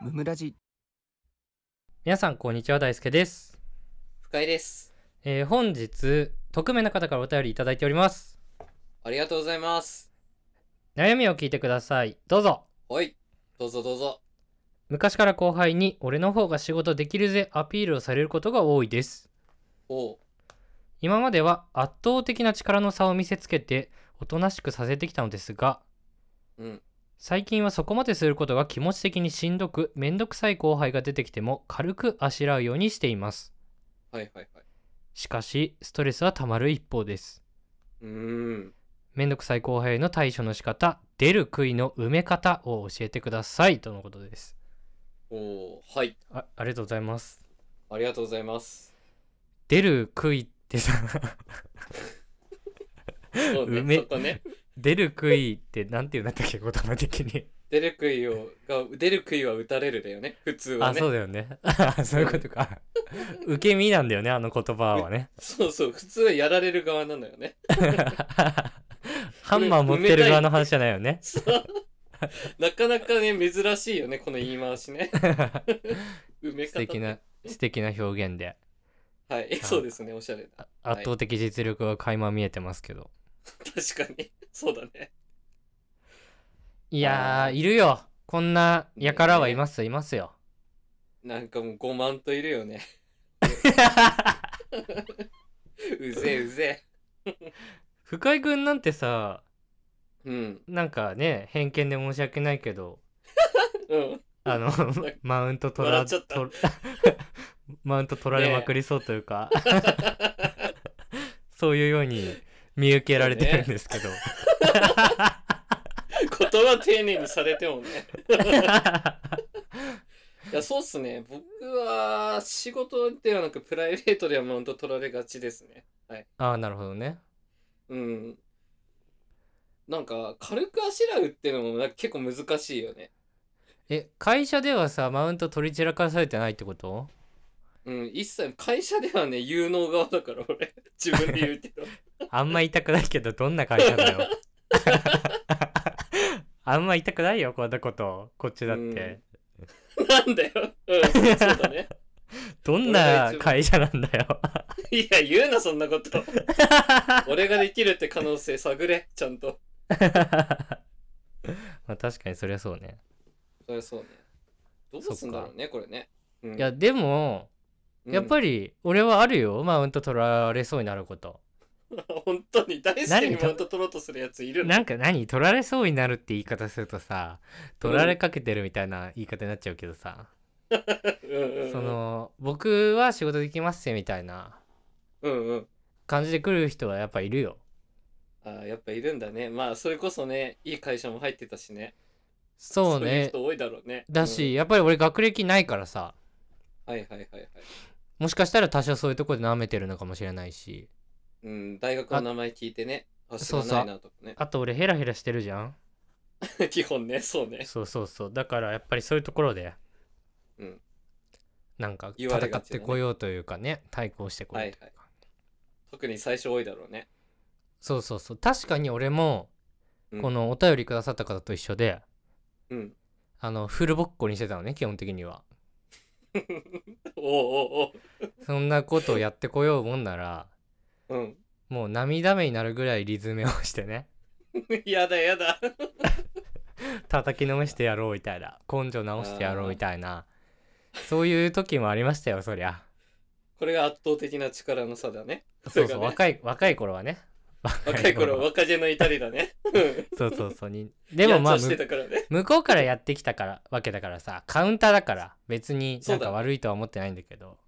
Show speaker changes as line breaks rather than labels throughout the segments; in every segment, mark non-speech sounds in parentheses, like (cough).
ムラジ
皆さんこんにちは大輔です、
深井です。
えー本日匿名の方からお便りいただいております
ありがとうございます。
悩みを聞いてくださいどうぞ
はい。どうぞどうぞ。
昔から後輩に俺の方が仕事できるぜアピールをされることが多いです
おう。
今までは圧倒的な力の差を見せつけておとなしくさせてきたのですが
うん。
最近はそこまですることが気持ち的にしんどくめんどくさい後輩が出てきても軽くあしらうようにしています
はいはいはい。
しかしストレスはたまる一方です
うーん。
めんどくさい後輩への対処の仕方出る杭の埋め方を教えてくださいとのことです
おう。はい。
あありがとうございます
ありがとうございます。
出る杭ってさ (laughs)
そう
うめ
ね。そこね。
出る杭ってなんて言うんだったっけ言葉的 (laughs) に
出る杭を、が、出る杭は打たれるだよね。普通は
あ
ね。
そうだよね (laughs) あそういうことか受け身なんだよねあの言葉は (laughs) ね
そうそう。普通はやられる側なのよね。
ハンマー持ってる側の話じゃないよね
そうなかなかね、珍しいよね。この言い回しね。埋
(laughs)
め
素
方ね。
敵な素敵な表現で
はい。そうですね。おしゃれだ。
あ圧倒的実力が垣間見えてますけど
確かに。そうだね。
いや
あ
ー
ー
いるよこんなやからはいますいますよ
なんかもう5万といるよ (laughs) ね。うぜえうぜ
深井君なんてさ
え。うん。
なんかね偏見で申し訳ないけど
うん。
あの (laughs) マウント取ら
笑っちゃった
取 (laughs) マウント取られまくりそうというか、そういうように見受けられてるんですけど、
言葉丁寧にされてもね。
(laughs)
いや、そうっすね。僕は、仕事ではなく、プライベートではマウント取られがちですね。
ああなるほどね
うん。なんか、軽くあしらうってのも、なんか結構難しいよね。
え会社ではさマウント取り散らかされてないってこと
うん、一切、会社ではね、有能側だから、俺。自分で言うけ (laughs) ど。
あんま言いたくないけどどんな会社
(laughs)
だよあんま言いたくないよこんなことこっちだって、
なんだよ。うん、そうだね。
どんな会社なんだよ
いや、言うな、そんなこと。俺ができるって可能性探れ、ちゃんと。
(laughs) まあ確かにそりゃそうね、
そりゃそうね。どうすんだろうね、これね。うん
いや、でもやっぱり俺はあるよマウント取られそうになること
り。 (laughs) 本当に、大好きにマウント取ろうとするやついるの
なんか何取られそうになるって言い方するとさ取られかけてるみたいな言い方になっちゃうけどさ、
うんうんうん
その僕は仕事できますせみたいな
うんうん。
感じで来る人はやっぱいるよ
あーやっぱいるんだね。まあ、それこそね、いい会社も入ってたしね。
そう
そういう
ね
人多いだろうね。
だし、やっぱり俺学歴ないからさ
うん、はいはいはいはい。
もしかしたら多少そういうとこで舐めてるのかもしれないし
うん、大学の名前聞いてね。あ、知らないなとかね。
あと俺ヘラヘラしてるじゃん
(laughs) 基本ね、そうね。
そうそうそうだからやっぱりそういうところで、
うん
なんか
言わ
戦
れが
っ
ちだね
てこようというかね対抗してこようというか、
はい特に最初多いだろうね。
そうそうそう確かに俺も
うん
このお便りくださった方と一緒で、
うん。
あのフルボッコにしてたのね基本的には
おおう
そんなことをやってこようもんなら
おうおう。うん。 (laughs)
もう涙目になるぐらいリズムをしてね (laughs)
やだやだ。
叩きのめしてやろうみたいな根性直してやろうみたいなそういう時もありましたよそりゃ
これが圧倒的な力の差だね。
そう
れ
そう
がね
若い若い頃はね
若い頃は若気の至りだね。うん (laughs)
そうそうそうに (laughs) でもまあ
やっちゃして
む
たからね。
向こうからやってきたからわけだからさカウンターだから別に
そ
な
うんだ
か悪いとは思ってないんだけど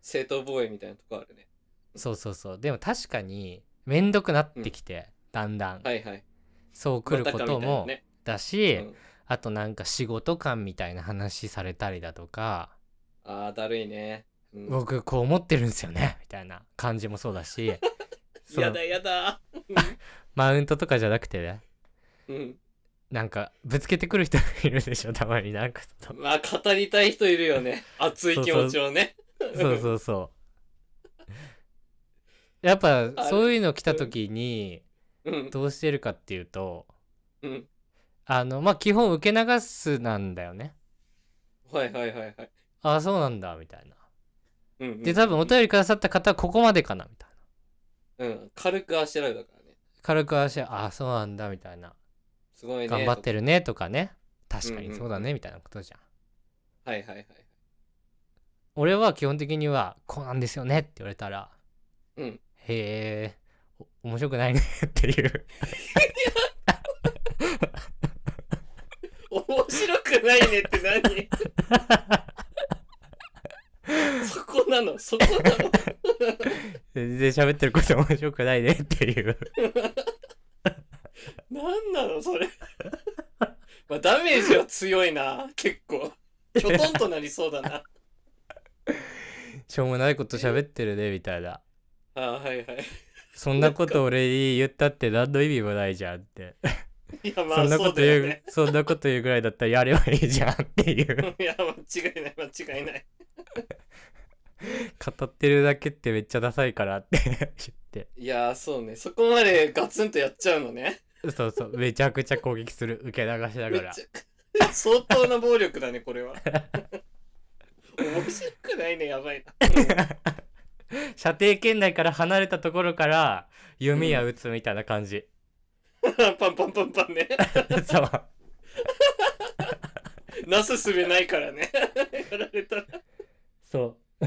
正当防衛みたいなとこあるね。
そうそうそうでも確かにめんどくなってきて、だんだん、
はいはい。
そう来るこ
またか
と
みたいな
も
ね
だし、
うん
あとなんか仕事感みたいな話されたりだとか、
ああ、だるいね。うん
僕こう思ってるんですよねみたいな感じもそうだ
(laughs)
しそ
や
の
だや
(laughs)
だ。
マウントとかじゃなくてね
うん。
なんかぶつけてくる人いるでしょたまになんかその
まあ、語りたい人いるよね。熱い気持ちをね。
そうそうそうやっぱ
あれ
そういうの来た時に
うん。
どうしてるかっていうと
うん。
あのまあ基本受け流すなんだよね
はいはいはいはい。
ああそうなんだみたいな
うんうん、
で多分お便りくださった方はここまでかなみたいな
うん、軽くあしらうだからね。
軽く足ああそうなんだみたいな
すごいね。
頑張ってるねとかね確か
うんうん
に
うん
そうだねみたいなことじゃん
と。はいはいはい。
俺は基本的にはこうなんですよねって言われたら
うん
へえお面白くないねっていう
面白くないねって
(laughs)
何そこなのそこなの
全然喋ってること面白くないねっていう
何なのそれ (laughs) まあダメージは強いな結構きょとんとなりそうだな
しょうもないこと喋ってるねみたいな
あーはいはい
そんなこと俺に言ったって何の意味もないじゃんって、
いやまあ
そんな
そ
こ
う
と
だ
言う
よね
そんなこと言うぐらいだったらやればいいじゃんってい
(laughs)
う
いや間違いない間違いない
語ってるだけってめっちゃダサいからって言って
いやーそうねそこまでガツンとやっちゃうのね
そうそうめちゃくちゃ攻撃する受け流しな
め
が
っ
ら
ちゃ (laughs) 相当な暴力だねこれは面白くないねやばいな (laughs)
射程圏内から離れたところから弓矢撃つみたいな感じ、
パンパンパンパンね
(laughs) そう
なすすべないからね (laughs) やられたら
そう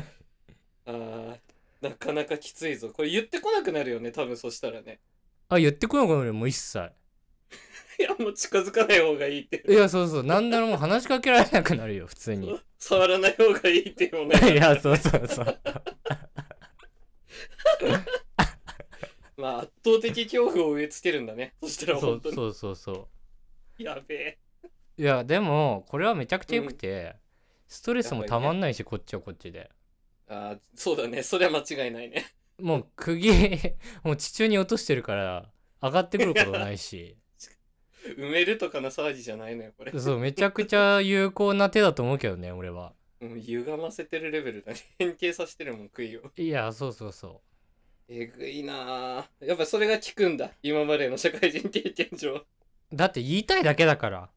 あーなかなかきついぞこれ言ってこなくなるよね多分そしたらね
あ言ってこなくなるよもう一切
いやもう近づかない方がいいって
いやそうそうなんだろうもう話しかけられなくなるよ普通に
触らない方がいいっていうもんね
(laughs) いやそうそうそう
まあ圧倒的恐怖を植え付けるんだねそしたら
そ
本
う
当に
そうそうそ
やべえ
ういやでもこれはめちゃくちゃ良くて、ストレスもたまんないしこっちはこっちで
あーそうだねそれは間違いないね (laughs)
もう釘もう地中に落としてるから上がってくることないし (laughs)
埋めるとかの騒ぎじゃないのよこれ、
そうめちゃくちゃ有効な手だと思うけどね俺は
うん、歪ませてるレベルだね変形させてるもん悔いを
いやそうそうそ
えぐいなあやっぱそれが効くんだ今までの社会人経験上
うだって言いたいだけだから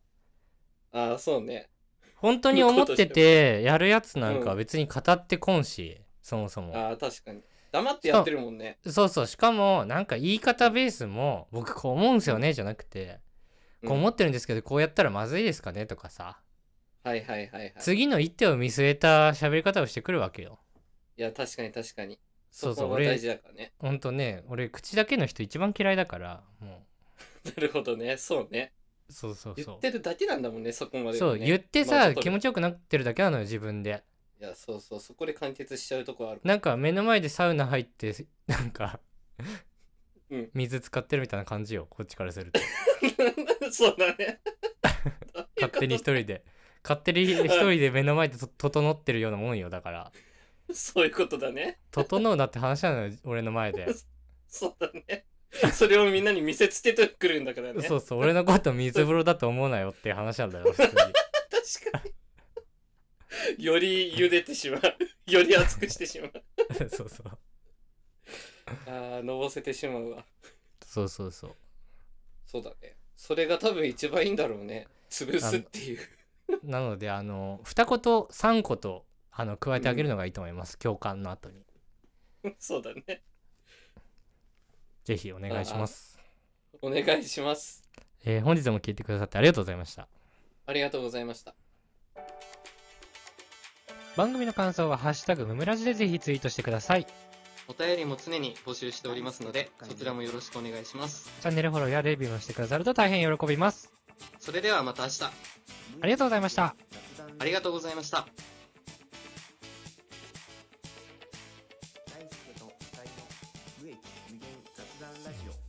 ああそうね
本当に思っててやるやつなんか別に語ってこんし、そもそも
ああ確かに黙ってやってるもんね
そうそうしかもなんか言い方ベースも僕こう思うんすよねじゃなくて、こう思ってるんですけどこうやったらまずいですかねとかさ
はいはいはいはい
次の一手を見据えた喋り方をしてくるわけよ
いや確かに確かに
そうそ
こ
う
は大
俺
事だからね (laughs)
ほんとね俺口だけの人一番嫌いだからも
なるほどねそうね
うそうそう
言
そ
ってるだけなんだもんねそこま
う
で
そ
は
う
ね
言って
まあ
さ、
外で
気持ちよくなってるだけなのよ自分で
いやそうそうそこで完結しちゃうとこある (laughs)
なんか目の前でサウナ入って (laughs) なんか、
うん
水使ってるみたいな感じよこっちからすると
そうだね
(laughs) 勝手に一人
(laughs)
で勝手に一人で目の前でと整ってるようなもんよだから
そういうことだね
整うなって話なのよ俺の前で
そうだねそれをみんなに見せつけてくるんだからね
そうそう俺のこと水風呂だと思うなよっていう話なんだよ普通に (laughs)
確かにより茹でてしまう (laughs) より熱くしてしまう
そうそう
あーのぼせてしまうわ
そうそうそう
そうだねそれが多分一番いいんだろうね潰すっていう
なのであの二言三言あの加えてあげるのがいいと思います、共感の後に
(laughs) そうだね
ぜひお願いします、
お願いします
えー本日も聞いてくださってありがとうございました
ありがとうございました
番組の感想は「ハッシュタグむむらじ」でぜひツイートしてくださいチ
お便りも常に募集しておりますのでそちらもよろしくお願いします
ャンネルフォローやレビューもしてくださると大変喜びます
それではまた明日
ありがとうございました
ありがとうございました
大輔と二人の無益無限雑談ラジオ